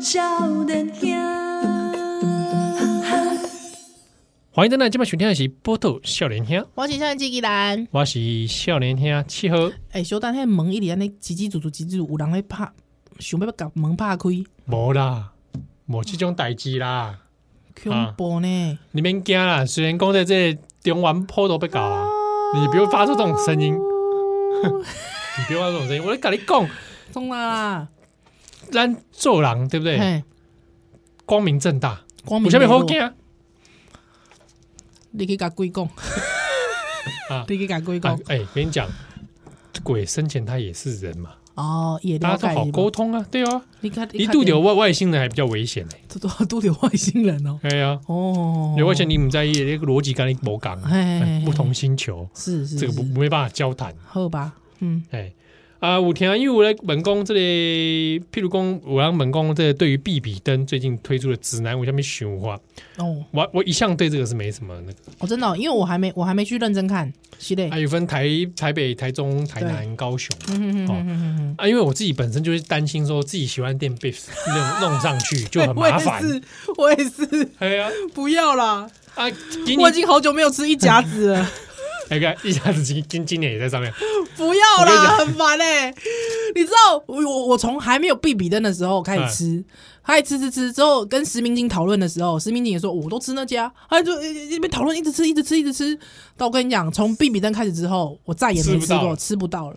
少年兄，欢迎登来，今晚收听的是《波豆笑脸兄》，我是少年机器人。我是笑脸兄七号。哎、小等迄门一直安尼叽叽足足叽叽，有人咧拍，想要甲门拍开，无啦，无即种代志啦，恐怖呢！你免惊啦。虽然讲在这中原坡都被搞啊，你不要发出这种声 音，你不要发出这种声音。我咧跟你讲，中啦啦，咱做人对不对？嘿，光明正大，光有明啥物好磊惊落？你去甲鬼讲， 啊你去甲鬼啊讲，？哎，跟你讲，鬼生前他也是人嘛，哦，也啊大了家解都好是吧沟通啊，对啊。你看，一度有外外星人还比较危险呢。都都有外星人哦。哎呀，哦，有外星人你们在意那个逻辑跟你无讲，嘿，嘿嘿哎嘿不同星球。是是这个不是没办法交谈。好吧？嗯，哎，啊，有听友来问讲这个，譬如讲有人问讲这个对于比比登最近推出的指南，我下面想法，哦，我我一向对这个是没什么那个。哦，真的哦、因为我还没我还没去认真看，是嘞还、。有分台台北、台中、台南、高雄嗯嗯嗯哦嗯嗯嗯啊，因为我自己本身就是担心说自己喜欢店被弄弄上去就对很麻烦我。也是， 我也是，哎呀，不要啦！啊，今我年已经好久没有吃一甲子 了，哎看一下子今今今年也在上面，不要我跟你啦，讲很烦哎、你知道，我我我从还没有避比登的时候开始吃，哎开始吃吃吃之后，跟石明景讨论的时候，石明景也说我都吃那家，他就一边讨论，一直吃，一直吃，一直吃。到我跟你讲，从避比登开始之后，我再也吃没不吃到过，了吃不到了。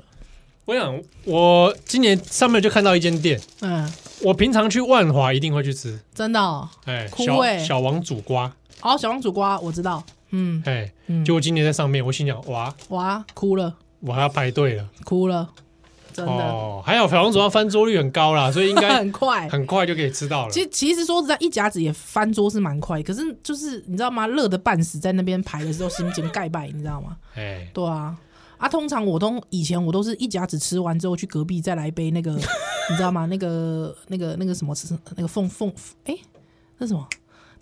我想我今年上面就看到一间店，嗯，我平常去万华一定会去吃，真的、哦。哎，枯小萎小王煮瓜，好，小王煮瓜我知道，嗯，哎，嗯结果今年在上面，我心想哇，哇，哭了，我还要排队了。哭了，真的、哦，还有小红薯要翻桌率很高啦，所以应该 很快。很快就可以吃到了。其实其实说实在，一甲子也翻桌是蛮快，可是就是你知道吗？热的半死，在那边排的时候心情盖拜，你知道吗？哎，对啊，啊，通常我都以前我都是一甲子吃完之后去隔壁再来一杯那个，你知道吗？那个那个那个什么吃那个凤凤哎、那什么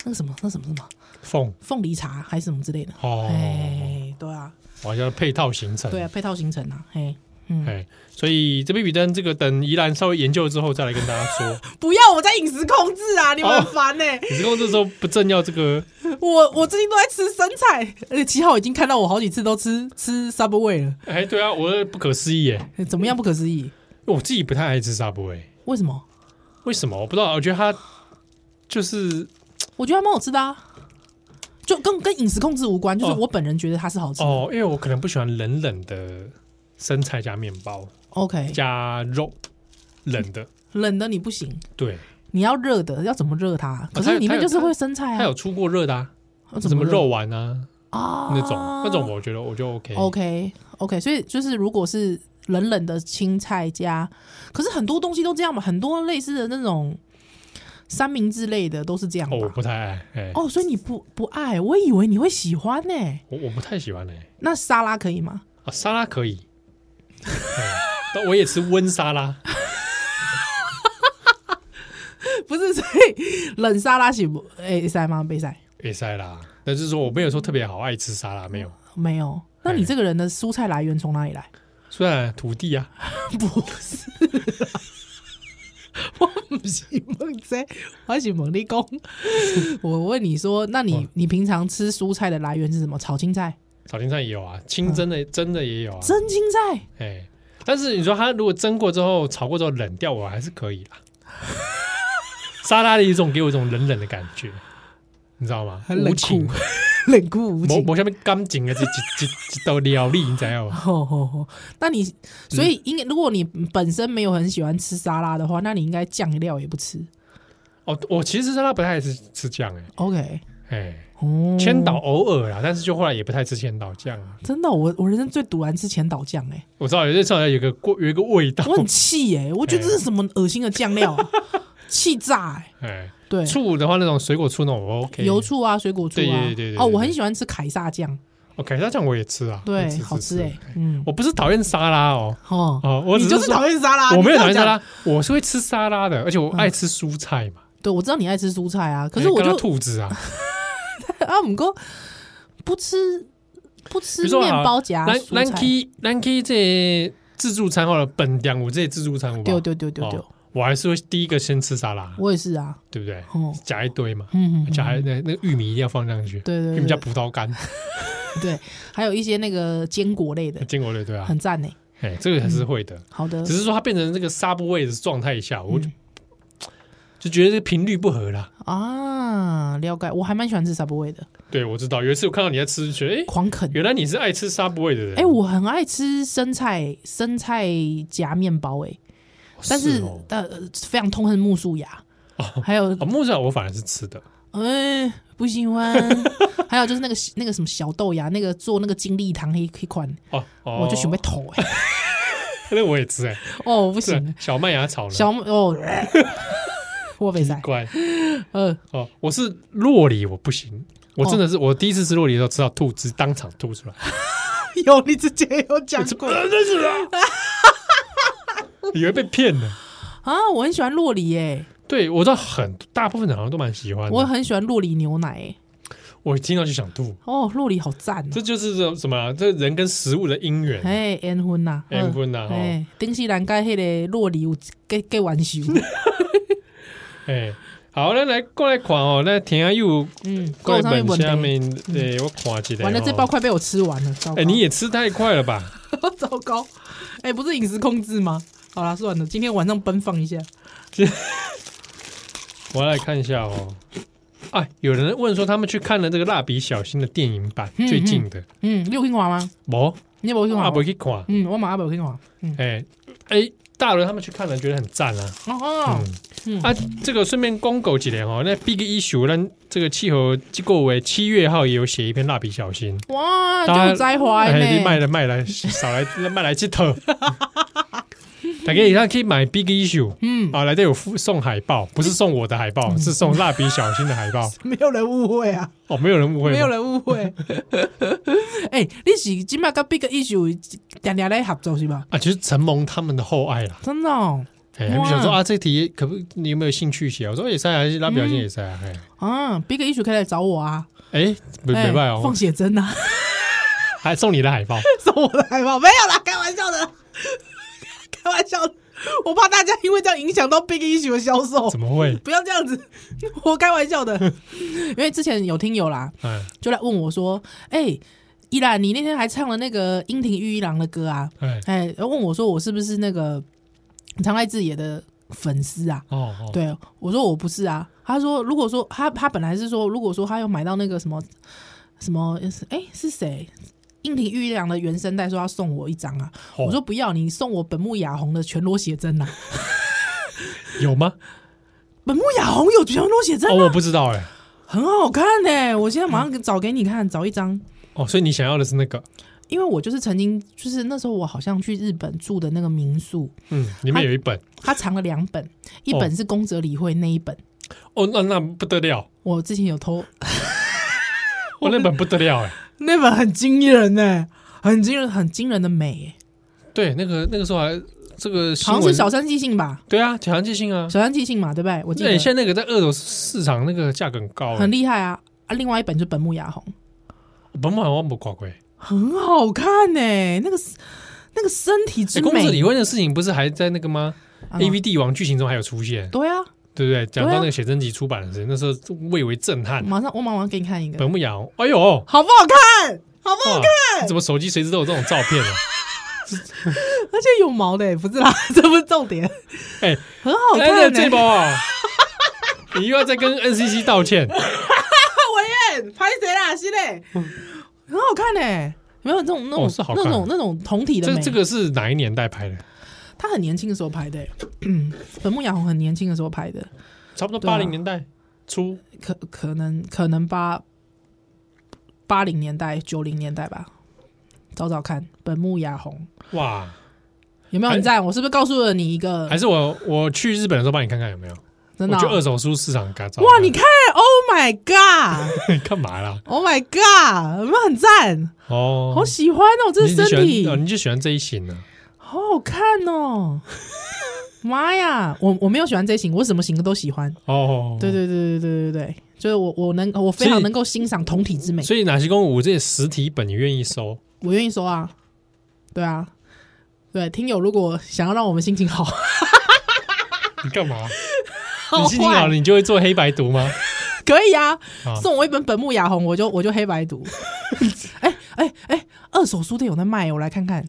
那个什么那什么什么凤凤梨茶还是什么之类的。哦，嗯哎，对啊，我要配套行程。对啊，配套行程啊，嘿，嗯，哎，所以这比比登这个等宜兰稍微研究之后再来跟大家 说。不要我在饮食控制啊，你们很烦呢、你是工这时候不正要这个我我最近都在吃生菜，而且七号已经看到我好几次都吃吃 Subway 了，哎，对啊，我不可思议耶，怎么样不可思议？我自己不太爱吃沙布哎，为什么？为什么？我不知道，我觉得它就是我觉得还蛮好吃的啊，就跟跟饮食控制无关，就是哦我本人觉得它是好吃的。哦，因为我可能不喜欢冷冷的生菜加面包 OK，加肉，冷的。冷的你不行，对，你要热的，要怎么热它？可哦它有是里面就是它有会生菜它有啊，出过热的啊，要什么哦热肉丸啊啊那种，那种我觉得我就 OK。 OK OK，所以就是如果是冷冷的青菜加，可是很多东西都这样嘛，很多类似的那种三明治类的都是这样吧。哦，我不太爱，哎，哦，所以你不不爱，我以为你会喜欢呢、我我不太喜欢哎。那沙拉可以吗？啊，沙拉可以， 哎但我也吃温沙拉， 不是，所以冷沙拉行不？哎、塞吗？被塞也塞啦。但是说我没有说特别好爱吃沙拉，没有。没有？那你这个人的蔬菜来源从哪 里来？虽然土地啊，不是啦，我不是问这，我是问你讲。我问你说，那你你平常吃蔬菜的来源是什么？炒青菜、草青菜也有啊，清蒸的蒸的也有啊，蒸青菜？哎。但是你说它如果蒸过之后、炒过之后冷掉，我还是可 以啦。沙拉的一种给我一种冷冷的感觉，你知道吗？很冷无情酷， 冷酷无某情。某下面干净的这这这道料理，你知道吗？吼吼吼！那你嗯所以应该，如果你本身没有很喜欢吃沙拉的话，那你应该酱料也不吃。哦，我其实沙拉不太爱吃吃酱，哎 OK，哎，哦，千岛偶尔啦，但是就后来也不太吃千岛酱啊。真的，我我人生最堵然吃前导 酱哎、我知道有些上来有个过有一个味道，我很气哎、我觉得这是什么恶心的酱 料啊，气炸哎、哎，对，醋的话那种水果醋那种我 OK，油醋啊，水果醋啊，对对对对对哦，我很喜欢吃凯撒酱，哦，凯撒酱我也吃啊，我对，好吃哎、嗯，我不是讨厌沙拉哦，哦，哦，我只你就是说讨厌沙拉，我没有你讨这厌样沙讲，拉，我是会吃沙拉的，而且我爱吃蔬菜嘛。对我知道你爱吃蔬菜啊，可是我哎刚就刚兔子啊， 啊，我们哥不吃不吃比如说啊面好包夹咱啊蔬咱菜，去咱去这自助餐好了，本店有这自助餐有吧对对对对对哦，我还是会第一个先吃沙拉，我也是啊，对不对？哦，夹一堆嘛，嗯，嗯嗯夹还那那个玉米一定要放上去，对对玉米加对葡萄干， 对，还有一些那个坚果类的，坚果类对 啊，很嗯赞呢。哎，这个还是会的，好的，只是说它变成这个纱布位的状态下，我就嗯就觉得这个频率不合啦。啊，了解，我还蛮喜欢吃 Subway 的，对，我知道，有一次我看到你在吃，觉得哎，狂啃。原来你是爱吃纱布位的人。哎、我很爱吃生菜生菜夹面包、哎，但是哦呃，非常痛恨木薯芽，还有啊，木薯我反而是吃的，哎、不 喜欢，还有就是那个那个什么小豆芽，那个做那个精力糖那一款，哦，哦我就 准备，吐哎、那我也吃哎，哦，不是行，小麦芽炒的，小 哦，我被塞，乖 呃，哦，我是洛梨，我不行。我真的是，我第一次吃洛梨的时候吃到吐，直当场吐出来。有你之前有 讲这认识啊，以为被骗了。啊，我很喜欢洛梨哎、对我知道很大部分人好像都蛮喜欢的。我我很喜欢洛梨牛奶哎、我听到就想吐，哦，洛梨好赞哦、这就是这种什么啊、这人跟食物的因缘。哎，N 婚呐，缘分呐吼哎，顶西兰街迄个洛梨有给给完修，哎，好，那来过来看哦，那田安又嗯， 过够来上面本稳下的。面，对我看起来。完了，这包，快被我吃完了，糟哦糕！哎，你也吃太快了吧？ 糟糕！哎，不是饮食控制吗？好啦，算了，今天晚上奔放一下。我来看一下哦。哎，有人问说他们去看了这个《蜡笔小新》的电影版，嗯最近的，嗯，你有去看吗？没，你有没有去阿看伯？去看。嗯，我马上没有去看。嗯，哎哎，大伦他们去看了，觉得很赞啊。哦嗯，嗯啊，这个顺便公狗几年哦，那 Big Issue 那这个气候机构为七月号也有写一篇蜡笔小新，哇，嗯大家就有栽花哎你卖呢。了卖来少来 卖来这套，大家以上可以买 Big Issue 嗯，啊，来这有附送海报，不是送我的海报，是送蜡笔小新的海报 没有人误会啊，哦，没有人误会吗， 没有人误会。 哎，你是今麦跟 Big Issue 常常在合作是吧？啊，就是承蒙他们的厚爱啦。真的哦哎，他们哇想说啊，这题可不，你有没有兴趣写？我说也塞啊，蜡笔小新也塞啊，哎啊，Big Issue 可以来找我啊。哎，没哎没办法放哦，写真啊， 还送你的海报。送我的海报没有啦，开玩笑的， 开玩笑的，我怕大家因为这样影响到 Big Issue 的销售怎，么会？不要这样子， 我开 玩笑的，因为之前有听友啦，嗯就来问我说，哎、依兰，你那天还唱了那个樱庭玉一郎的歌啊，哎哎、然后问我说我是不是那个长濑智也的粉丝啊？哦哦，对，我说我不是啊。他说，如果说他他本来是说，如果说他有买到那个什么什么，哎、是谁？应庭玉良的原声带说要送我一张啊，哦我说不要，你送我本木雅弘的全裸写真啊。有吗？本木雅弘有全裸写真哦，啊，我不知道哎。很好看呢、我现在马上找给你看，找一张。哦，所以你想要的是那个，因为我就是曾经，就是那时候我好像去日本住的那个民宿，嗯，里面有一本。他藏了两本，一本是宫泽理惠那一本，哦，那那不得了，我之前有偷哦，那本不得了哎。 那本很惊人呢、很惊人，很惊人的美、对，那个那个时候还这个好新像是闻，小山寄信吧，对啊，小山寄信啊。小山寄信嘛，对不嗯对？我记那你得现在那个在二手市场那个价格很高哎，很厉害啊啊！另外一本就是本木雅弘，本满我没挂过。哎，很好看呢、欸那个那个身体之公美子离婚的事情不是还在那个吗啊？A V 帝王剧情中还有出现，对啊，对不对？讲到对啊嗯那个写真集出版的事情，那时候蔚为震撼。马上我马上给你看一个，本木雅，哎呦，好不好看？嗯好不好？哇，怎么手机随时都有这种照片啊？而且有毛的、欸不是啦， 这不是重点，哎，很 好哎那看呢、欸这包啊， 你又要再跟 NCC 道 歉。文彦啊拍谁啦？是嘞，很好看呢、欸有没有这种那种、哦是好看那种那种同体的这美？啊这个是哪一年代拍的？他很年轻的时候拍的、欸， 本木雅弘很年轻的时候拍的，差不多对啊八零年代初，可可能可能八八零年代九零年代吧，找找看本木雅弘哇！有没有还很赞？我是不是告诉了你一个还是我我去日本的时候帮你看看有没有？真的哎我哦、去二手书市场嘎找。哇，你看，Oh my God，Oh 看 干嘛啦？ my God，有没有很赞？哦，好喜欢哦，这你你喜身欢体哦，你就喜欢这一型呢？好好看哦。妈呀，我我没有喜欢这型，我什么型都喜欢。哦，对。对对对对对对，就是我我能我非所常以能够欣赏同体之美，所以哪些公舞这些实体本你愿意 收？我愿意说啊，对啊，对，听友如果想要让我们心情好，你干嘛？好你心情好坏了，你就会做黑白读吗？ 可以啊啊，送我一本本木雅弘，我就我就黑 白读。哎哎哎，二手书店有在卖，我来 看看。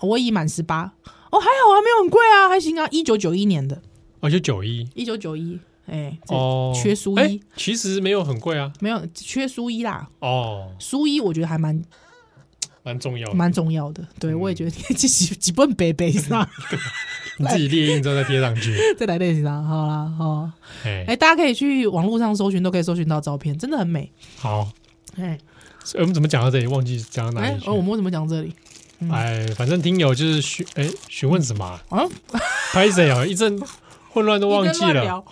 我已满十八，哦，还好啊，没有很贵啊，还行啊，一九九一年的，我哦就九一一九九一，哎，这哦，缺书哎衣其实没有很贵啊，没有缺书衣啦，哦，书衣我觉得还蛮蛮重要的。蛮重要的，对嗯我也觉得 几几几本北 北上，你自己列印之后再贴上去。 再来练习上，啊好啦，好，哎、哎，大家可以去网络上搜寻，都可以搜寻到照片，真的很美，好，哎，所以我们怎么讲到这里？忘记讲到哪哎里，去哦，我。们为什么讲这里？嗯哎，反正听友就是询哎询问什么啊啊，拍谁啊？一阵混乱都忘记一根乱了。聊，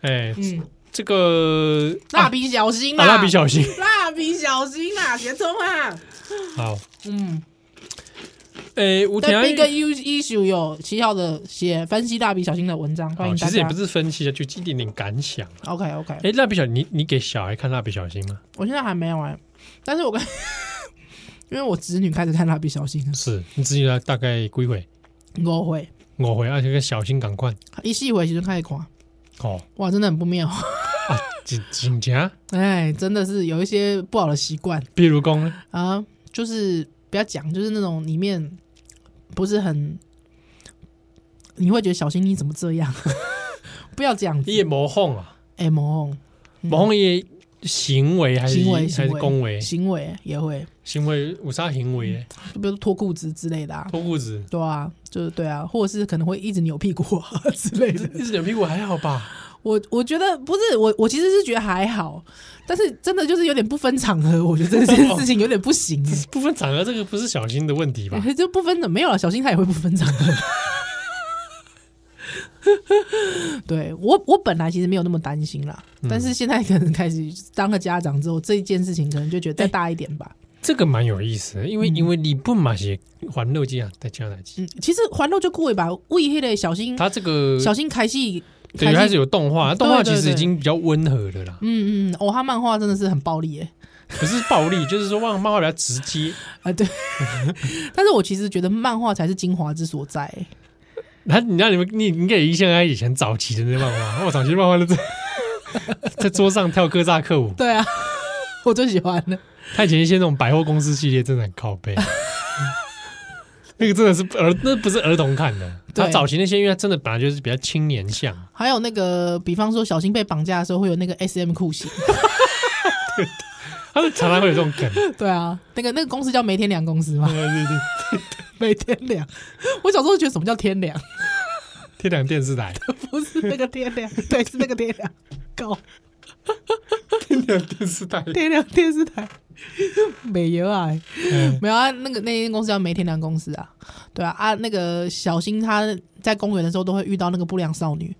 哎，嗯，这个蜡笔小新啊，啊，蜡笔小新。蜡笔小新啊，别冲啊！好，嗯，哎，吴田在安 Big U Issue 有齐耀的写分析蜡笔小新的文章，欢好，迎其大实也家哦不。是分析啊，就一点点感想。 OK OK，哎，蜡笔小你你给小孩看蜡笔小新吗？我现在还没有哎、但是我跟 因为我侄女开始看蜡笔小新了，是你自己来大概归回，我会我回，而且个小新赶快一细回其实开始看，哦哇，真的很不妙，啊，紧紧夹，哎，真的是有一些不好的习惯比如讲呢，啊，就是不要讲，就是那种里面不是很，你会觉得小新你怎么这样， 不要这样子你，也模仿啊，哎，萌萌模仿也行为还是行为还行是为恭维行为也会，行为有啥行为欸？就比如说脱裤子之类的啊，脱裤子，对啊，就是对啊，或者是可能会一直扭屁股啊之类的。 一直扭屁股还好吧？我我觉得不是我，我其实是觉得还好，但是真的就是有点不分场合，我觉得这件事情有点不行、啊不分场合，这个不是小新的问题吧？欸就不分的没有了，小新他也会不分场合。 对我，我本来其实没有那么担心啦，嗯但是现在可能开始当了家长之后，这一件事情可能就觉哎得再大一点吧。这个蛮有意思的，因为、因为你不买些环肉机啊，在加拿大，嗯，其实环路就过吧，为黑的小新它这个嗯小新开戏，对开开戏始有动画，对动画其对实对已经比较温和的啦，嗯嗯，哦，他漫画真的是很暴力耶，不是暴力，就是说让漫画比较直接。啊、对，但是我其实觉得漫画才是精华之所在耶，他，你让你们，你你给现在以前早期的那些漫画，我早 期漫画都在在桌上跳哥萨克舞。对啊， 我最喜欢的，他以前一些那种百货公司系列真的很靠背， 那个真的是儿，那不是儿童看的。他对早期那些，因为他真的本来就是比较青年向，还有那个，比方说小新被绑架的时候会有那个 S M 酷刑，他们常常会有这种 梗。对啊，那个那个公司叫梅天良公司 嘛，对对对，梅天良，我小时候觉得什么叫天良，天良电视台， 不是那个天良， 对，是那个天良，搞 天良电视 台，天良电视台， 美油啊、嗯没有啊，那个那间公司叫梅天良公司啊，对啊啊，那个小新他在公园的时候都会遇到那个不良少女，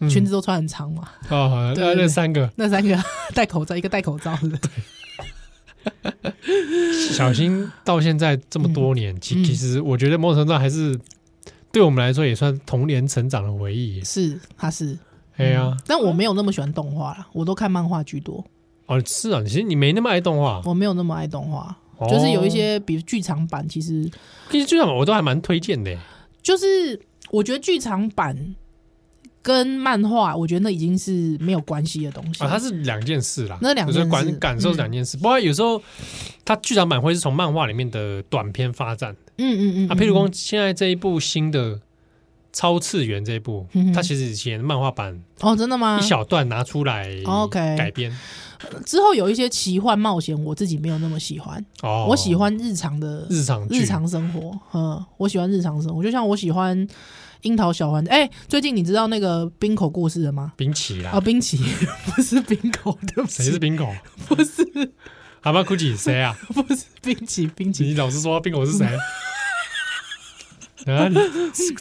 嗯裙子都穿很长嘛，哦，对那对那对三个那三个 戴口罩，一个戴口罩是不是小新到现在这么多年，其嗯其实我觉得某种程度上还是对我们来说也算童年成长的回忆。是，他是，哎呀，但我没有那么喜欢动画啦，我都看漫画居多，哦，是啊，其实你没那么爱动画，我没有那么爱动画，哦就是有一，些比如剧场版，其实其实就像我都还蛮推荐的耶。就是我觉得剧场版跟漫画，我觉得那已经是没有关系的东西啊，它是两件事啦，那两件事嗯就是感感受是两件事。不过有时候它剧场版会是从漫画里面的短片发展的嗯嗯嗯，啊，譬如说现在这一部新的。超次元这一部嗯哼，它其实以前漫画版哦，真的吗一？小段拿出来哦 OK 改编之后有一些奇幻冒险，我自己没有那么喜欢。哦，我喜欢日常的日常剧日常生活，嗯，我喜欢日常生活，就像我喜欢樱桃小丸子。哎、最近你知道那个冰口故事了吗？冰淇啦啊，，冰淇 不是冰口，对不谁是起，冰狗？不是蛤蟆 Gucci 谁啊？ 不是冰淇冰淇，你老是说冰狗是谁？啊，你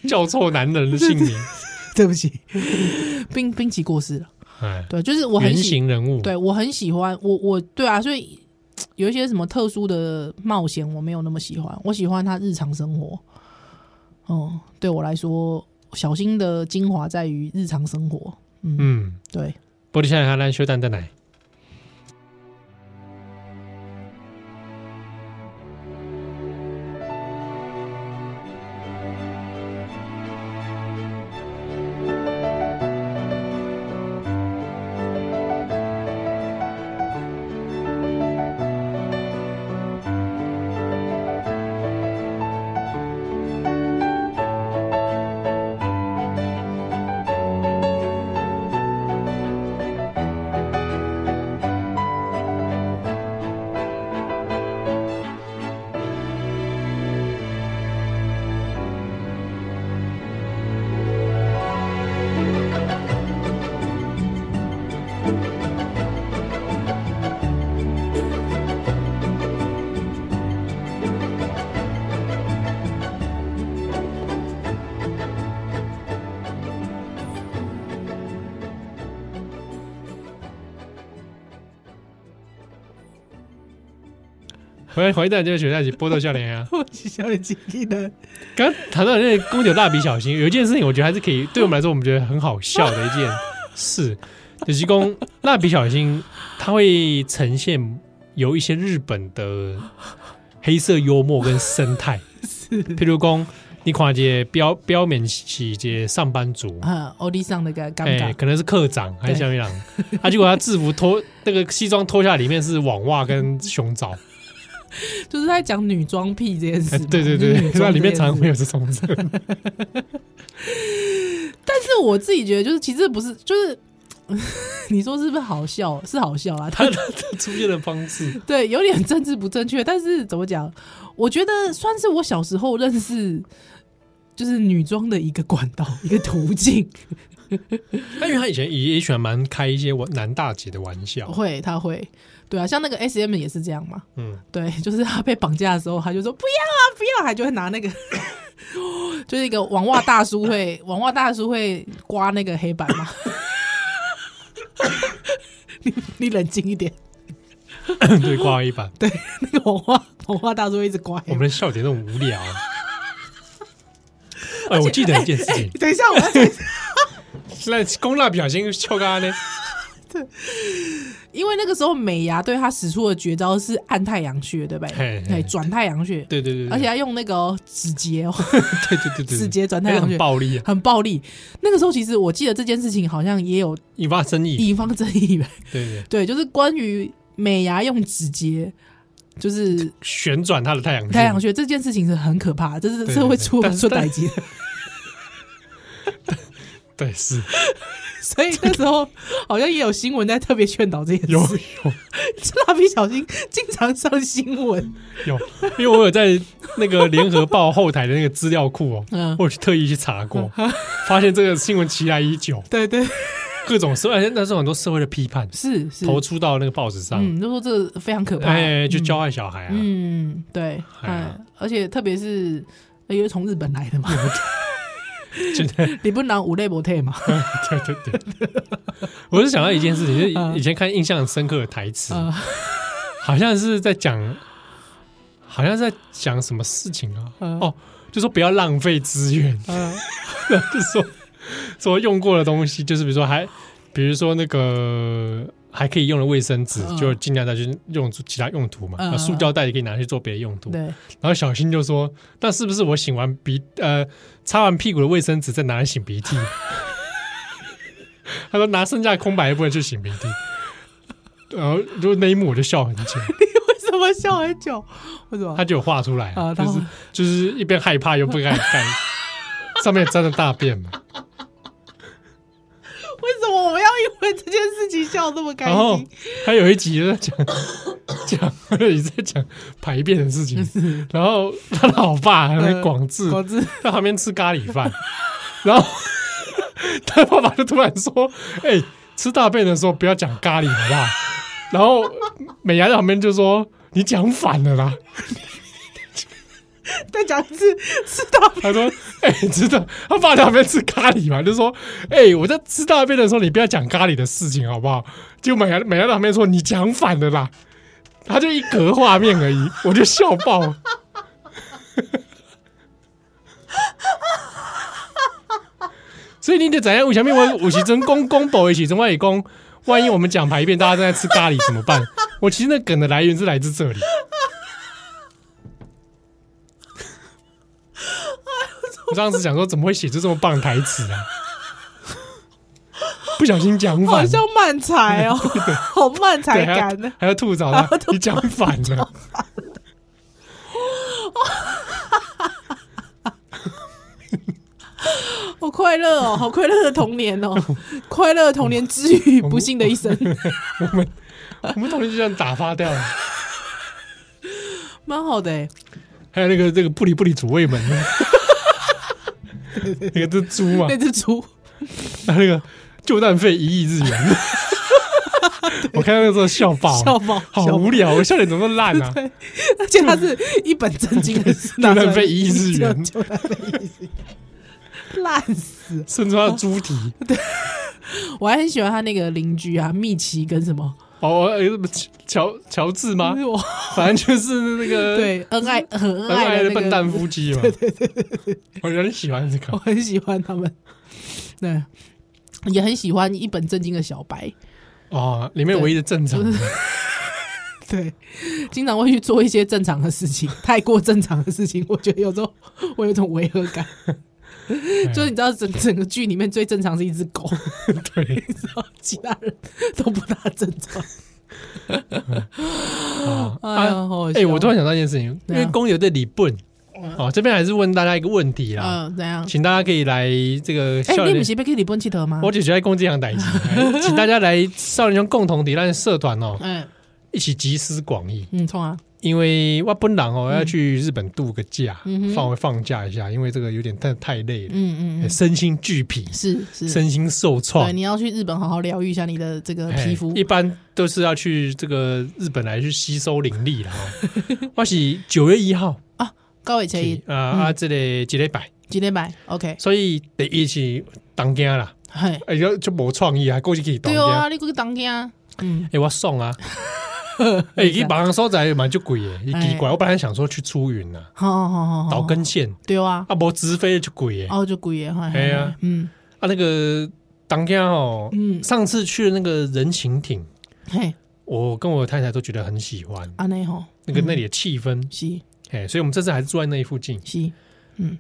叫错男人的 姓名，对不起， 冰冰淇过世了。哎，对，就是我很原喜，型人物，对我很喜欢，我我对啊，所以有一些什么特殊的冒险，我没有那么喜欢，我喜欢他日常生活。嗯，对我来说，小新的精华在于日常生活。嗯，嗯，对。玻璃下来咱小蛋蛋来。 「回回到这个学校去波多笑脸 啊。我是小姐经历的，刚刚谈到那个公牛蜡笔小新，有一件事情我觉得还是可以，对我们来说我们觉得很好笑的一件事，就是公蜡笔小新它会呈现有一些日本的黑色幽默跟生 态，譬如讲你看这标标免起这上班族。啊，欧弟上的个尴哎、尬，可能是课长还是小米郎，他、啊结果他制服脱那个西装脱下来，里面是网袜 跟胸罩，就是在讲女装癖这件哎事嘛。对对就是对，女那装里面这件常事会有这种 人，但是我自己觉得，就是其实不是，就是 你说是不是好笑？是好笑啊啦，他的他出现的方式，对，有点政治不正确，但是怎么讲？我觉得算是我小时候认识就是女装的一个管道，一个途径。但因为他以前也也喜欢蛮开一些玩男大姐的玩笑，会，她会，对啊，像那个 S M 也是这样嘛。嗯， 对，就是她被绑架的时候，她就说不要啊，不要，还就会拿那个，就是一个网袜大叔会，网袜大叔会刮那个黑板嘛。 你你冷静一点，对，挂一版，对，那个网袜网袜大叔会一直刮黑我板们。的笑点那么无聊。 哎，我记得一件事情，等一下，我要讲一下哎那公蜡笔小新笑干呢？因为那个时候美伢对他使出的绝招是按太阳穴，对不嘿嘿对？对，转太阳穴，对对对，对而且还用那个哦指节哦，对对对对，指节转那太个阳很穴，暴力，啊，很暴力。那个时候其实我记得这件事情好像也有引发争议。地方争 议吧，对对，对对，就是关于美伢用指节。就是旋转他的太阳穴太阳穴这件事情是很可怕的，这是对对这会出对但出 歹疾的。对是所以那时候好像也有新闻在特别劝导这件有 事。蜡笔小新经常上新闻，有，因为我有在那个联合报后台的那个资料库哦， 嗯，我有去特意去查 过，发现这个新闻期来已久，对对，各种社，而且那时候很多社会的批判是是投出到那个报纸上，嗯，就说这个非常可怕，哎，就嗯教坏小孩啊，嗯，对，哎呀嗯，而且特别是呃因为从日本来的嘛， 真的， 你不能无类不退嘛，对对对。 我是想到一件事情，就是嗯以前看印象很深刻的台词，嗯好像是在讲，好像是在讲什么事情啊？嗯哦，就说不要浪费资源，嗯，就 说说用过的东西，就是比如说还，比如说那个还可以用的卫生纸，嗯就尽量再去用其他用途嘛。嗯啊，塑胶袋也可以拿去做别的用途。 对，然后小新就说：“那是不是我擤完鼻呃擦完屁股的卫生纸再拿来擤鼻涕？” 他说：“拿剩下的空白一部分去擤鼻涕。”然后就那一幕我就笑很久，为什么笑很久？为什么他？就有画出来， 啊就是他就是一边害怕又不敢看，上面沾了大便嘛。为什么我们要因为这件事情笑得这么开然后心？还有一集就在 讲讲一直在讲排便的事情，然后他老爸还会广志果子在旁边吃咖喱饭， 然后他爸爸就突然说：“哎、吃大便的时候不要讲咖喱，好不好？” 然后美伢在旁边就说：“你讲反了啦。 再讲一次，吃到”他说：“哎、你知道 他爸在旁边吃咖喱嘛？”就说：“哎、我在吃大便的时候，你不要讲咖喱的事情，好不好？”就美伢美伢在旁边说：“你讲反了啦。”他就一格画面而已， 我就笑爆 了。所以你得怎样？为什么我我是真公公保一起，中外也公，万一我们讲排便，大家正在吃咖喱怎么办？我其实那梗的来源是来自这 里。我上次想说，怎么会写出这么棒的台词啊？不小心讲好反，像慢 才哦，好慢才对，还要感呢。还要吐 槽他，你讲反了。好快乐哦，好快乐的童年 哦，快乐的童年治愈不幸的一生，嗯我们 我们同学就这样打发掉了。蛮好的哎。还有那个这个布里布里主卫门， 那个这猪嘛那，只猪，那那个救难费一亿日 元。我看到那时候笑爆，啊笑爆好笑爆无聊，我笑点怎么那么 烂啊？ 而且它是一本正经的 救拿出来难费一亿日元，就那被一直烂死！甚至他的猪蹄我还很喜欢他那个邻居啊，蜜奇跟什么哦，哎什么乔乔治吗？我反正就是那个嗯 对 恩爱很恩呃恩爱爱的的那笨蛋个，夫妻 嘛。对对对我有点喜欢这个。我很喜欢他们。对，也很喜欢一本正经的小白。哦，里面唯一的正常的，嗯对，经常会去做一些正常的事情，太过正常的事情，我觉得有时候我有一种违和感。 就是你知道整整个剧里面最正常是一只狗， 对，然后其他人都不大正常。哦哎呀，啊，好好哎，笑我突然想到一件事情，因对啊为公牛对李笨，哦，这边还是问大家一个问题啦，嗯，怎样？请大家可以来这个哎啊笑，你脸不。是被克里本记得吗？我只是在攻这样代志， 哎请大家来少年兄共同抵赖社团哦，嗯一起集思广益。嗯，冲啊！因为我本人哦要去日本度个假嗯哼，放放假一下，因为这个有点太太累了，嗯嗯哎嗯，身心俱疲，是是。身心受对，创。你要去日本好好疗愈一下你的这个哎皮肤一。般都是要去这个日本来去吸收灵力啦。 哦我是九月一号高伟去切啊啊，这里几礼拜，几礼拜？OK，所以得一起当家啦。嘿，哎，就就无创意啊，还过去可以当对家哦。啊，你个当家，嗯，哎、我送 啊！哎、欸，去马上所在蛮就贵耶，伊奇哎怪。我本来想说去出云呐、好好好好啊，好，岛根县对啊，啊，无直飞就贵耶。啊，哦就贵耶，嘿哎呀，嘿嗯那个当天哦，嗯，上次去的那个人情艇，嘿，我跟我太太都觉得很喜欢安内吼，那个嗯那里的气氛，是哎、所以我们这次还是住在那一附近是，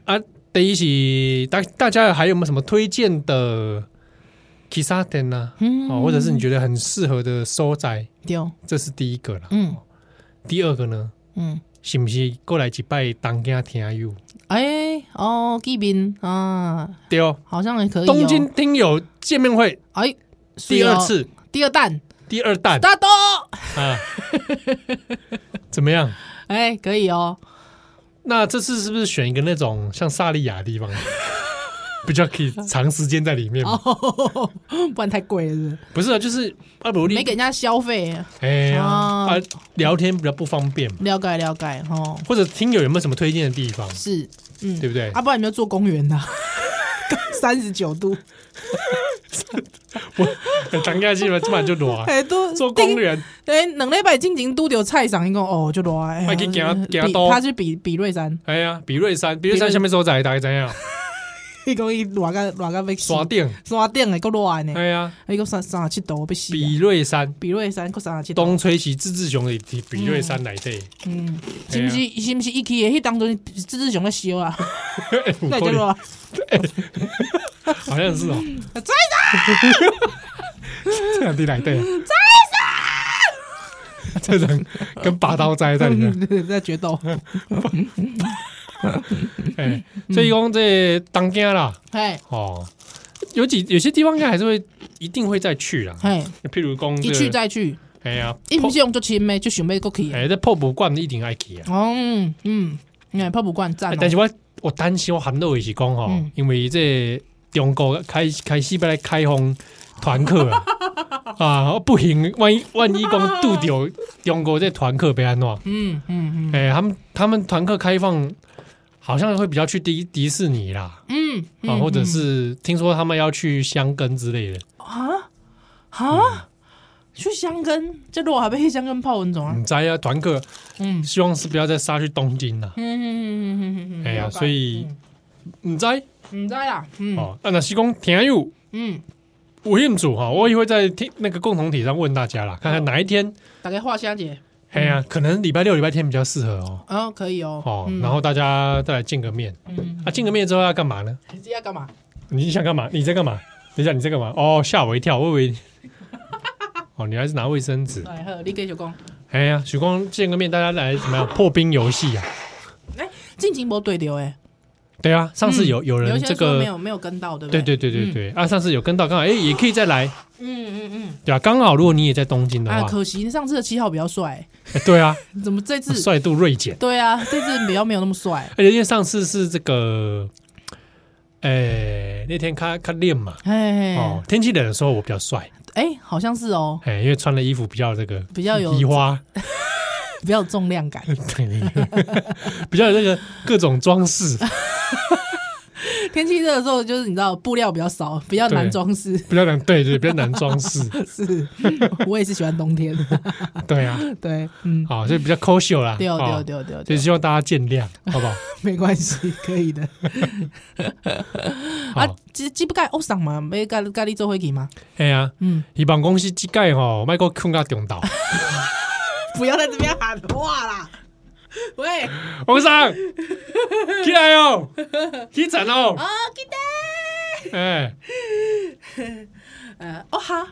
啊。得一起，大大家还有没有什么推荐的 Kisa 店呢？嗯，哦，或者是你觉得很适合的所在，对，这是第一个啦。嗯第二个呢？嗯，是不是过来一摆东京听友？哎哦，吉宾啊，对哦，好像也可以哦，东京听友见面会哎，第二次，第二弹，第二弹大多，啊，怎么样？哎，可以哦，那这次是不是选一个那种像萨利亚的地方，比较可以长时间在里面？哦， 不然太贵了是不是，不是啊，就是阿伯没利给，人家消费，哎呀啊啊，聊天比较不方便嘛。了解了解哦，或者听友有没有什么推荐的地方，是，嗯对。不对？啊，不然你们就做公园的、 三十九度， 当家去了，今晚就暖，哎、都啊做公，园哎，两礼拜进前拄着菜场，伊讲哦，就热哎呀，快去行啊比行路他去比比瑞山，哎呀，比瑞山，比瑞山下面所在大概怎 样？伊讲伊热个热个要死，刷顶，山顶诶，够热呢，哎呀，伊讲三三十七度要死啊，比瑞山。比瑞山够三十七度，东吹起自治雄的比比瑞山来对，嗯，哎是呀毋是是毋是伊去诶？迄当中这只熊咧烧啊， 那就热，啊好像 是哦，在这样地来对，这人跟拔刀斋在里 面，上在 决斗，嗯哎，所以讲这当家啦，嘿哦，有几有些地方应该还是会一定会再去啦，嘿，譬如讲一去这个，再去，哎呀，伊毋泡是用足深诶，就想要过去的，哎这泡不罐一定爱去啊，哦，嗯嗯，哎，泡不罐赞哎哦，但是我我担心我含到的是讲哦嗯，因为这中国开开始要来开放团课 啊。啊，不行！万一万一讲杜掉中国这团课被安怎？嗯嗯嗯哎、他们他们团课开放，好像会比较去迪迪士尼啦，嗯啊，嗯，或者嗯是听说他们要去香根之类的，啊嗯啊！去香根，这路还被香根泡温种啊！你知啊，团课嗯希望是不要再杀去东京啦嗯。嗯嗯嗯嗯嗯嗯，哎呀，了解所以你知嗯唔知啦，嗯哦，啊那西公田佑嗯，五印组哈，我也会在听那个共同体上问大家啦，看看哪一天，大概画虾姐，哎呀，可能礼拜六、礼拜天比较适合哦。哦可以哦，哦，嗯然后大家再来见个面，嗯，啊，见个面之后要干嘛呢？你这要干嘛？你想干嘛？你在干嘛？等一下，你在干嘛？哦，吓我一跳，我以为…… 哦，你还是拿卫生纸。哎呵，你继续讲，哎呀，许光见个面，大家来怎么样？破冰游戏啊？进情无对流哎，对啊，上次有、有有人些这说没个，有没有跟到，对不对对对对对对、啊，上次有跟到，刚好哎、也可以再来，嗯嗯对啊，刚好如果你也在东京嗯，的啊，话，可惜上次的七号比较帅，哎对啊，怎么这次？帅度锐减，对啊，这次比较没有那么帅，而且因为上次是这个，哎、那天他他练嘛，哎哦，天气冷的时候我比较帅，哎，好像是哦，哎、因为穿的衣服比较这个比较有移 花，比较有重量 感。 对，比较有那个各种装饰。天气热的时候，就是你知道布料比较少，比较难对装饰。比较难，对对，比较难装饰，是， 我也是喜欢冬天。 对啊，对，嗯，好，所以比较抠秀啦，对哦，对哦哦，对哦，对哦，所对以哦，希望大家见谅，好不好？ 没关系，可以的。啊好，，鸡鸡不盖欧上嘛，没盖盖你做会给吗？哎呀，嗯，希望公司即届吼，卖个困到中 岛， 不要在这边喊话啦。喂，啊，皇上， 起来哦，起床哦，记得，哎，呃，哦哈，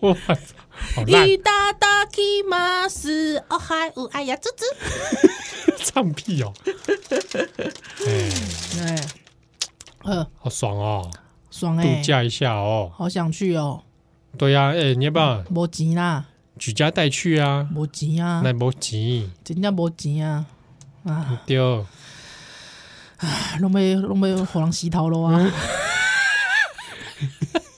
我好烂，一大大 k 马斯，哦嗨，五哎呀，吱吱。唱屁哦，哎，哎，呃，好爽哦，爽度哎，假一下哦，好想去哦，对呀，哎，你要不要没钱啦，举家带去啊？没钱嗯啊，那无钱，真正没钱啊， 啊，对，拢要拢要互人洗头路嗯 啊。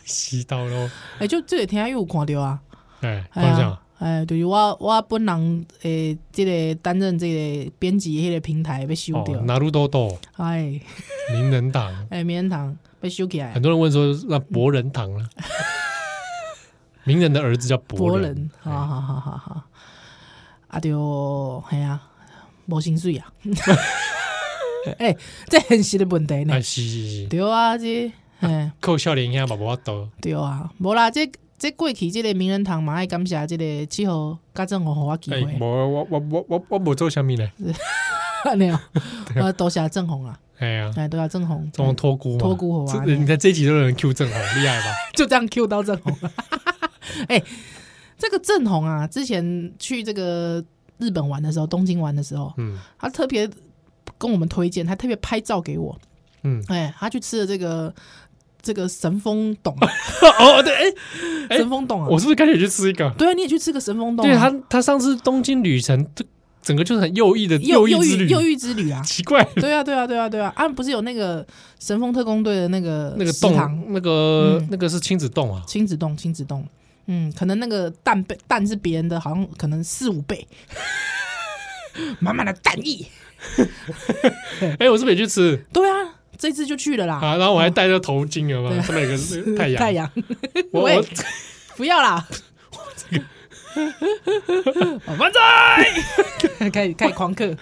死到咯，哎、就这个天下有看到啊，哎，哎皇上呀，，哎，就是我我本人诶、这个担任这个编辑迄个平台被收掉哦，，哪路都都，哎名人堂，哎，名人堂被收起来很，多人问说那博人堂 了，名人的儿子叫博博人哎人，，好好好好好，啊就嘿啊，无薪水 啊， 哎、这很实的问题呢哎，，是是是。对啊，这哎扣笑脸一下，把我抖。对啊，无啦，这这过去这个名人堂嘛，爱感谢这个气候家政府互我机哎、会，我我我我我我无做虾米嘞？ 安 尼哦，我多谢正红啦，哎呀，哎，多谢正红，这种托孤嘛托孤好啊这你看这一集都有人 Q 正好厉害吧？ 就这样 Q 到正红。 哎、这个正红啊，之前去这个日本玩的时候，东京玩的时候， 嗯他特别跟我们推荐，他特别拍照给我。嗯，哎、他去吃了这个这个神风洞，哦对，哎、 哎神风洞啊，我是不是该去吃一个？对啊，你也去吃个神风洞、啊，对他他上次东京旅程，这整个就是很右翼的右翼右之遇旅，。右遇之旅啊奇 怪。对啊，对啊，对啊，对啊！啊，不是有那个神风特工队的那个那个食堂洞，那个、嗯那个是亲子洞啊，亲子洞，亲子洞，嗯，可能那个蛋倍蛋是别人的，好像可能四五 倍，满满的蛋液。哎、我是不是也去吃对啊，这次就去了啦。啊？然后我还戴着头巾，有没有？对上面有个是太阳， 太，阳，我喂我不 要啦，万岁， 开始开始狂客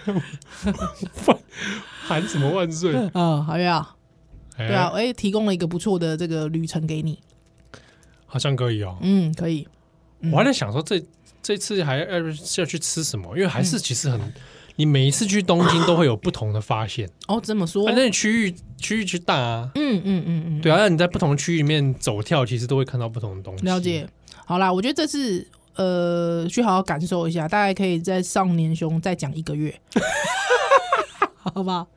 喊什么万岁？啊，好呀，哎对啊，哎，提供了一个不错的这个旅程给你，好像可以哦。嗯，可以，我还在想说这这次还要不是要去吃什么，因为还嗯是其实很，你每一次去东京都会有不同的发现，哦，这么说，反嗯正区域区域去大啊，嗯嗯嗯，对啊，那你在不同的区域里面走跳，其实都会看到不同的东西。了解，。好啦，我觉得这次呃，去好好感受一下，大概可以在少年兄再讲一个 月，好吧？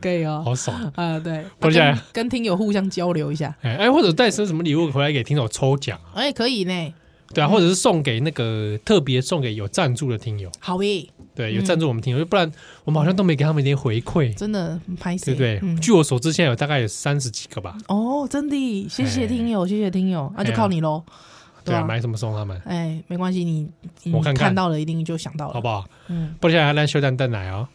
可以哦。好爽。啊，对，多谢跟跟听友互相交流一下，哎哎，或者带些什么礼物回来给听友抽奖啊？哎，可以呢，对嗯啊，或者是送给那个特别送给有赞助的听友，好耶，对，有赞助我们听友，不然我们好像都没给他们一点回馈，嗯真的拍对谁？不对？嗯，据我所知，现在有大概有三十几个吧。哦，真的，谢哎谢听友，谢谢听友，那就哎呀靠你喽。对吧啊，买什么送他们，哎，没关系，你你我看看看到了，一定就想到好了。不好？嗯，不然还来修蛋蛋奶哦。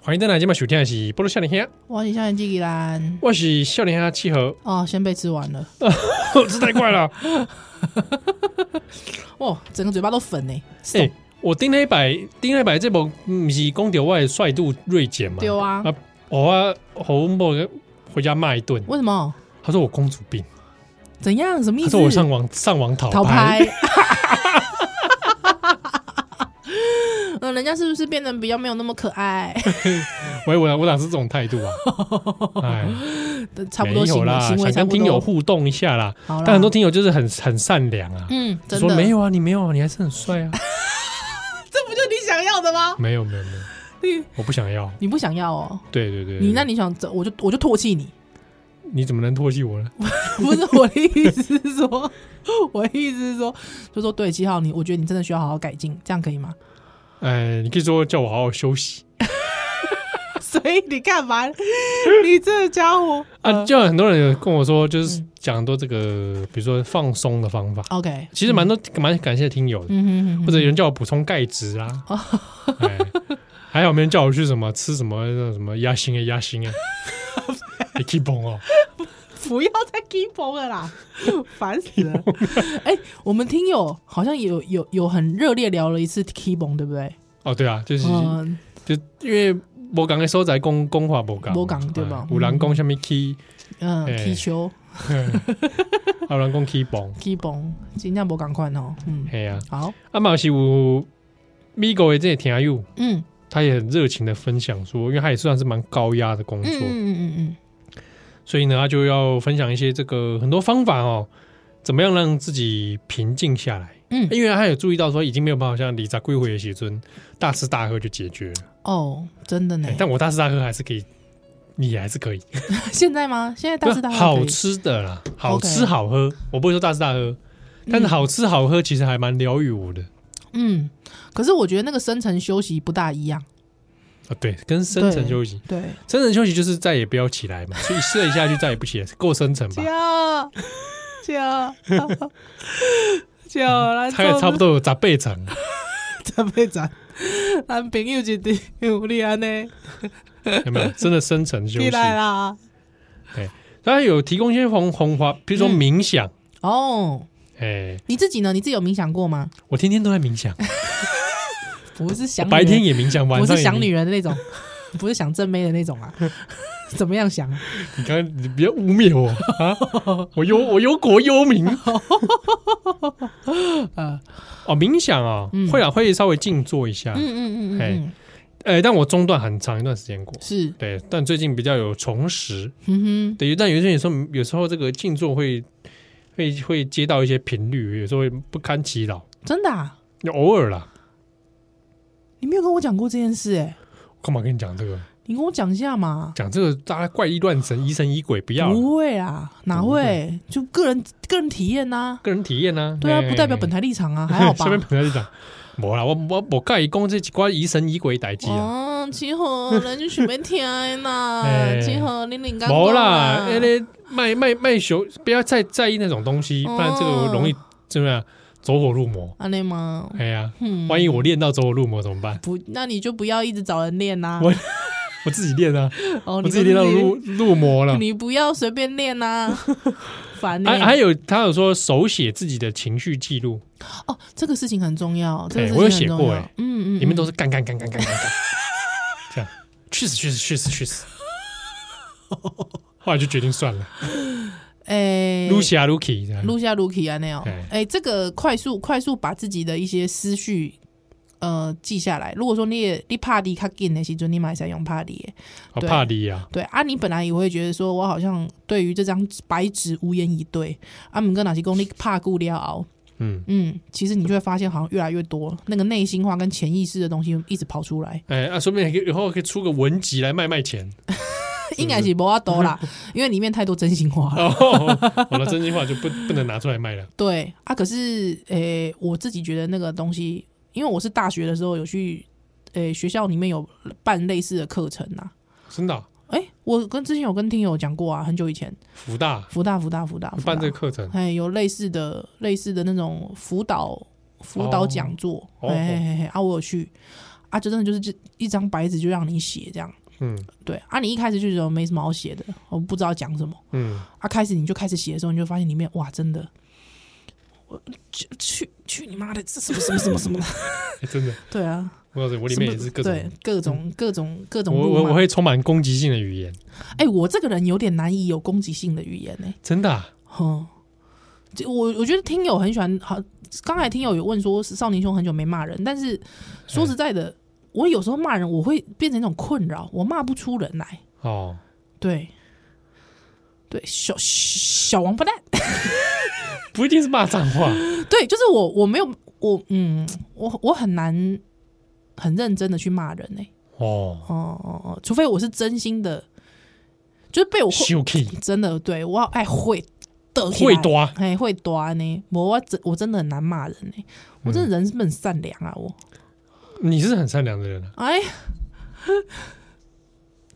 欢迎登来今晚收听的是《波多少年兄》，我是少年纪吉兰。我是少年兄七和， 哦，先被吃完了，这太快 了。哦，整个嘴巴都粉呢、欸。哎、我丁黑白丁黑白这部不是讲到我的帅度锐减嘛？丢啊！啊我啊，侯文博回家骂一顿，为什么？他说我公主病，怎样？什么意他思？说我上网上网讨讨拍，拍。 嗯，人家是不是变得比较没有那么可爱？ 我我我哪是这种态度啊？哎，差不没多有行为啦，行想为差跟不听友多。互动一下啦。好啦但很多听友就是很很善良啊，嗯，就真说的没，有啊，你没有啊，你还是很帅 啊。这不就你想要的吗？没有没有没有，你我不想要。你不想要哦？对对对，对你那你想走，我就我就 唾弃你。你怎么能唾弃我呢？不是我的意思是说， 我的意思是说，就说对七号你，我觉得你真的需要好好改进，这样可 以吗？哎，你可以说叫我好好休息所以你干嘛？你这 家伙啊。就有很多人有跟我说，就是嗯讲很多这个，比如说放松的方法。 OK，其实蛮多蛮感谢听友的，嗯哦哼哼哼，或者有人叫我补充钙质啦，哎，还有没人叫我去什么吃什么那种什么鸭心啊鸭心 啊，你 keep 崩哦，不要再 keep 了啦， 烦死了！ 哎、我们听友好像有有有很热烈聊了一次 keep 对不对？哦对啊，就是嗯，就因为无讲的所在讲讲话无讲，无讲对吧哎有人讲什么 key，嗯哎踢球还有人讲 key 崩， keep 尽量不赶快哦，嗯，嘿啊，好，啊嘛是有美国的这些听友，嗯他也很热情的分享说，因为他也算是蛮高压的工嗯作，嗯嗯嗯所以呢，他就要分享一些这个很多方法哦，怎么样让自己平静下来。嗯嗯，因为他有注意到说，已经没有办法像李扎贵回的写尊大吃大喝就解决了。哦，真的呢哎，但我大吃大喝还是可以，你还是可以， 现在吗？现在大吃大喝可以好吃的啦，好 OK 吃好喝。我不会说大吃大喝，但是好吃好喝其实还蛮疗愈我的嗯，可是我觉得那个深层休息不大一样。啊。对，跟深层对休息， 对，深深层休息就是再也不要起来嘛，所以睡一下就再也不起来，够深 层吧？叫叫 叫，咱它也差不多有十倍层， 多被咱咱朋友一定有你安尼，有没有？真的深层休息起。来啦！当然有提供一些红红花，比如说嗯冥想，哦，哎、你自己呢？你自己有冥想过吗？我天天都在冥想，不是想女人白天，也冥想，晚不上是也想冥女人的那种， 不是想正妹的那种啊。 怎么样想？你刚刚你别污蔑我 啊！我忧我忧国忧 民。啊呃，哦，冥想啊、嗯会啊，会稍微静坐一下。嗯嗯嗯嗯嗯哎，哎、但我中断很长一段时间过。是，对，但最近比较有重拾。嗯对，但有些人有时候有时候这个静坐会会会接到一些频率，有时候会不堪其扰，哼，真的啊，偶尔啦。你没有跟我讲过这件事哎，干嘛跟你讲这个？你跟我讲一下嘛。讲这个大家怪力乱神、疑神疑鬼，不要啦不会啊，哪不会会？就个人个人体验呐、个人体验呢、啊。对啊，嘿不代表本台立场啊，还好 吧下？面朋友就讲，无啦，我我我介意讲这一寡疑神疑鬼代志啊，哦，集合人就想要 听哎呐，集合零零刚无刚啦，那咧卖卖卖熊，不要再在意那种东西，哦不然这个容易怎么样走火入魔。安内吗？哎呀，嗯，万一我练到走火入魔怎么办？ 不，那你就不要一直找人练呐、我我自己练啊，哦，我你自己练到入不入魔了是，。你不要随便练 呐、烦呢、欸还还有他有说手写自己的情绪记录，哦，这个事情很重要，这个哎事我有情很写重过要哎嗯嗯，里面都是是干干干干干干 干，这样去死去死去死去死。后来就决定算了，哎，撸起啊撸起这样。录下 Lucky 啊那样哎，哎、这个快速快速把自己的一些思绪呃记下来。如果说你也你怕你卡紧的时候，你买使用怕你。好对怕你啊！对啊，你本来也会觉得说我好像对于这张白纸无言以对，啊，唔跟哪些功力怕顾了熬。嗯，嗯，其实你就会发现好像越来越多那个内心话跟潜意识的东西一直跑出来，哎啊，说不定还可以以后可以出个文集来卖卖 钱。应该是不阿 多啦，因为里面太多真心话了。哦，我的真心话就不不能拿出来卖了。对啊，可是诶、我自己觉得那个东西，因为我是大学的时候有去诶、学校里面有办类似的课程呐、真的啊，诶，我跟之前有跟听友讲过啊，很久以前，福大啊福大福大福大福大办这个课程，哎，有类似的类似的那种辅导辅导讲座，哦哎、嘿嘿嘿啊，我有去啊，就真的就是这一张白纸就让你写这样。嗯对啊，你一开始就觉得没什么好写的，我不知道讲什么嗯，啊。开始你就开始写的时候，你就发现里面哇，真的，我去去去你妈的，这什么什么什么 什么的，欸真的，对啊，我告诉你，我里面也是各对种，嗯各种各种各种我路我嘛我会充满攻击性的语言，哎、我这个人有点难以有攻击性的语言呢、真的啊，哼，哦这我我觉得听友很喜欢，好，刚才听友有问说少年兄很久没骂人，但是说实在的，我有时候骂人，我会变成一种困扰，我骂不出人来。哦，对，对，小小王八蛋， 不一定是骂脏话，对，就是我，我没有，我嗯，我我很难很认真的去骂人哎、哦，哦哦哦，除非我是真心的，就是被我会秀 k 真的对我要爱会的会多，啊哎，会端呢，我我真我真的很难骂人呢，我真的嗯人是不是很善良啊，我你是很善良的人啊，哎，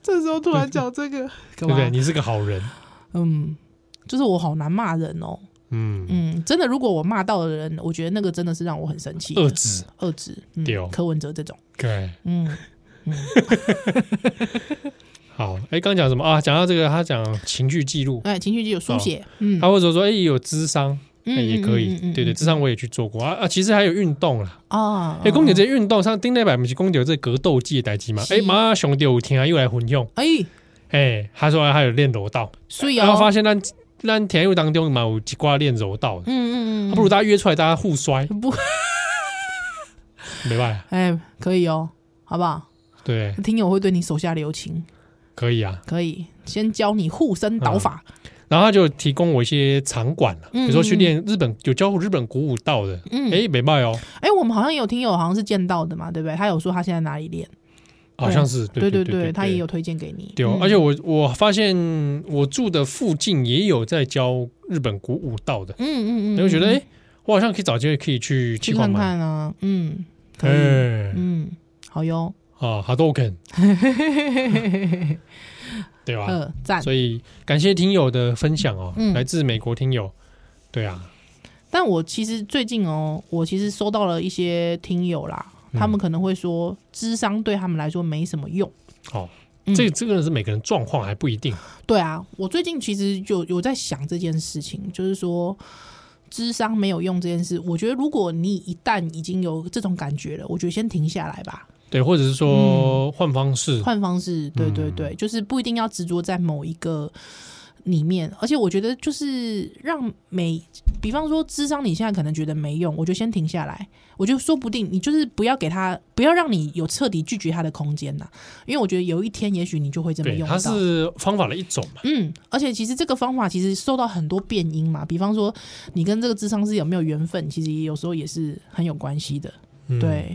这时候突然讲这个，对不干嘛对？？你是个好人，嗯，就是我好难骂人哦，嗯，嗯，真的，如果我骂到的人，我觉得那个真的是让我很生气的，恶子，二指，嗯对哦，柯文哲这种，对，嗯， 好，哎，刚讲什么啊？讲到这个，他讲情绪记录，哎，情绪就有书写，嗯，他或者说，哎，有智商，哎，嗯，也可以嗯，嗯嗯对对，智商我也去做过啊啊，其实还有运动啦，啊，哎，公牛这些运动，像丁内百不是公牛这格斗技的代机嘛？是哎，马上丢天啊，又来混用，哎，哎，他说他有练柔道，哎所以然后发哦，现咱咱田友当中嘛有一挂练柔道的，嗯嗯嗯，啊不如大家约出来，大家互摔，不，没办法，哎，可以哦，好不好？对，听友会对你手下留情。可以啊。可以先教你护嗯身导法，然后他就提供我一些场馆啊了，比如说去练日本有教日本古武道的，嗯，哎、哎，没卖哦，我们好像有听友好像是见到的嘛，对不对？他有说他现在哪里练，好像是，对对对，他也有。推荐给你，对哦，嗯而且我我发现我住的附近也有在教日本古武道的，嗯嗯嗯，你会觉得嗯哎，我好像可以找机会可以去去去看买，看啊，嗯，可以，哎嗯，好哟，啊，哈都 肯，对吧？呃，赞。所以感谢听友的分享哦，嗯来自美国听友，对啊，但我其实最近哦，我其实收到了一些听友啦，嗯他们可能会说，智商对他们来说没什么用。哦，嗯这这个是每个人状况还不一定，对啊，我最近其实有有在想这件事情，就是说智商没有用这件事。我觉得如果你一旦已经有这种感觉了，我觉得先停下来吧，对，或者是说换方式，嗯换方式。对对对，嗯就是不一定要执着在某一个里面。而且我觉得就是让每，比方说智商，你现在可能觉得没用，我就先停下来。我就说不定你就是不要给他，不要让你有彻底拒绝他的空间呐、因为我觉得有一天也许你就会这么对，用它到。是方法的一种嘛，嗯，而且其实这个方法其实受到很多变因嘛，比方说你跟这个智商是有没有缘分，其实有时候也是很有关系的。嗯，对，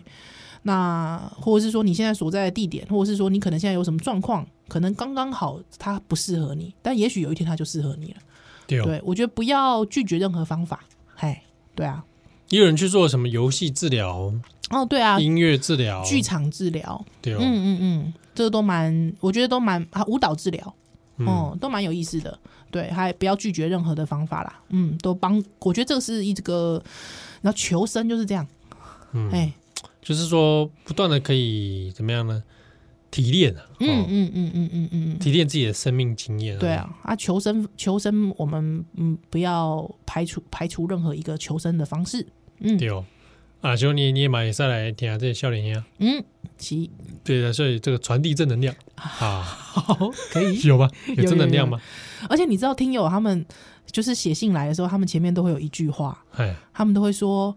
那或者是说你现在所在的地点，或者是说你可能现在有什么状况，可能刚刚好它不适合你，但也许有一天它就适合你了。对哦，对，我觉得不要拒绝任何方法。嘿，对啊，也有人去做什么游戏治疗、哦，对啊，音乐治疗、剧场治疗，对嗯哦，嗯嗯，这个都蛮，我觉得都蛮啊，舞蹈治疗。嗯，哦，都蛮有意思的。对，还不要拒绝任何的方法啦。嗯，都帮，我觉得这是一个，然后求生就是这样。嗯哎、就是说不断的可以怎么样呢？提炼啊，嗯哦，嗯嗯嗯嗯嗯嗯，提炼自己的生命经验，对，啊，啊，求生求生，我们嗯不要排除排除任何一个求生的方式。嗯对哦，啊，就你你也买再来听下这些笑脸呀，嗯，行，对的，所以这个传递正能量啊。好，可以。有吗？有有正能有量有吗？而且你知道，听友他们就是写信来的时候，他们前面都会有一句话，哎，他们都会说，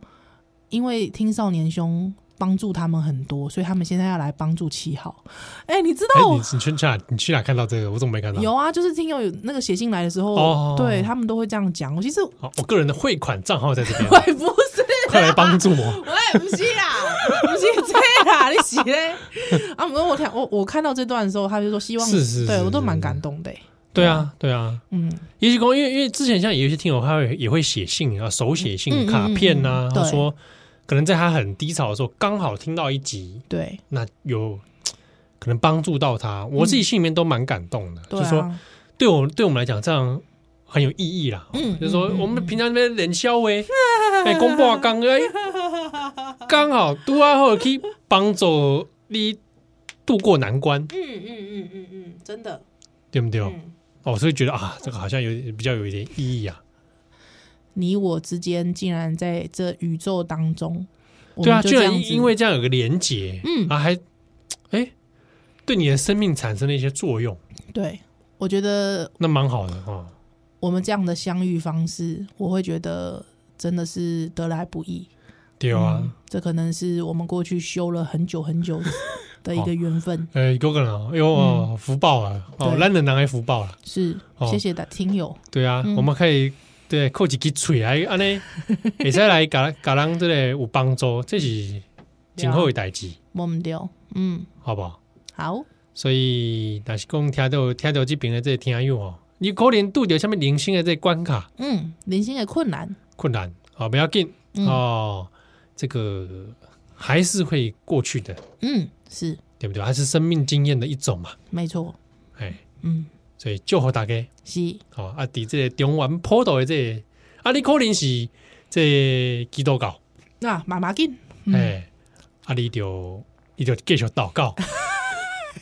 因为听少年兄帮助他们很多，所以他们现在要来帮助七号。哎、你知哎道，你你去哪？你去哪看到这个？我怎么没看到？有啊，就是听友有那个写信来的时候，哦对他们都会这样讲。我其实我好，我个人的汇款账号在这边，啊也不是，快来帮助我！ 我也不是啦，不是这啦， 你写嘞。啊，我我看我我看到这段的时候，他就说希望，是是对是我都是蛮是感动 的、欸对啊，对啊，嗯，也许公，因为因为之前像有一些听友，他会也会写信啊，手写嗯信、嗯卡片呐嗯嗯，他对说可能在他很低潮的时候，刚好听到一集，对，那有可能帮助到他。我自己心里面都蛮感动的，对就啊，是说对我对我们来讲，这样很有意义啦。嗯，就是说嗯我们平常那边冷笑话， 哎，公布啊，刚哎，刚好拄啊好去帮助第一度过难关，嗯嗯嗯嗯嗯，真的，对不对？嗯，哦，所以觉得啊，这个好像有点比较有一点意义啊。你我之间竟然在这宇宙当中，我对啊，们就居这然样子因为这样有个连结，嗯啊，还哎，对你的生命产生了一些作用，对，我觉得那蛮好的哦。我们这样的相遇方式，我会觉得真的是得来不易。对嗯啊，，这可能是我们过去修了很久很久的一个缘分。呃，有可 能哦，哎呦，哦福报啊，哦，对咱人人的福报啊。是，哦谢谢的听友，对啊，嗯我们可以对扣几支嘴来啊安 尼，会使来甲甲人这个有帮助，这是今后的代志，忘不掉。嗯，好不好？好，所以，但是讲听到听到这边的这个听友哦，你可能拄着什么零星的这个关卡嗯，零星的困难，困难，好、不要紧、嗯哦，这个还是会过去的，嗯，是对不对？还是生命经验的一种嘛，没错，哎，嗯，所以祝福大家。是，哦，啊，伫这个中原普渡的这个啊，你可能是这个基督教，那妈妈进，嗯哎、啊，你就你就继续祷 告，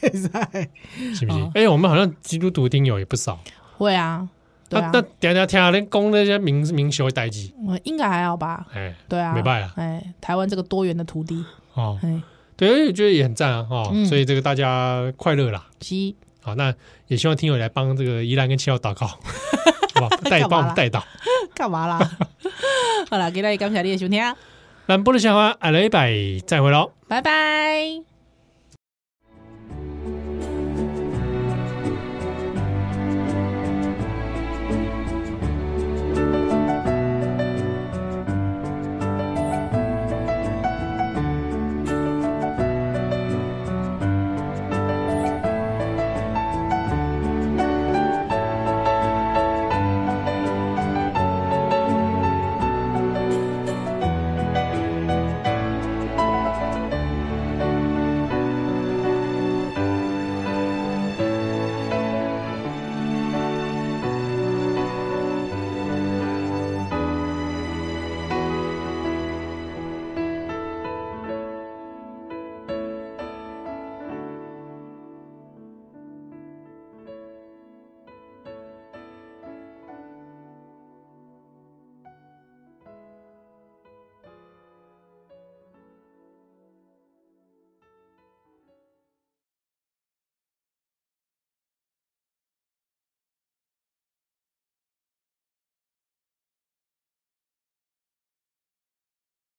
是不是哦？哎、我们好像基督徒听友也不少，会啊，对那啊那，天天听人讲那些民民俗的代志，我应该还好吧？哎、对啊，没办法啊哎，台湾这个多元的土地，哦，哎，对，因为我觉得也很赞啊，哦，嗯所以这个大家快乐啦，是，好，那也希望听友来帮这个宜兰跟七号祷告，好不好？带干嘛啦帮我们带到。干嘛啦？好啦，今天感谢你的收听，兰波的小花，下礼拜再会喽。拜拜。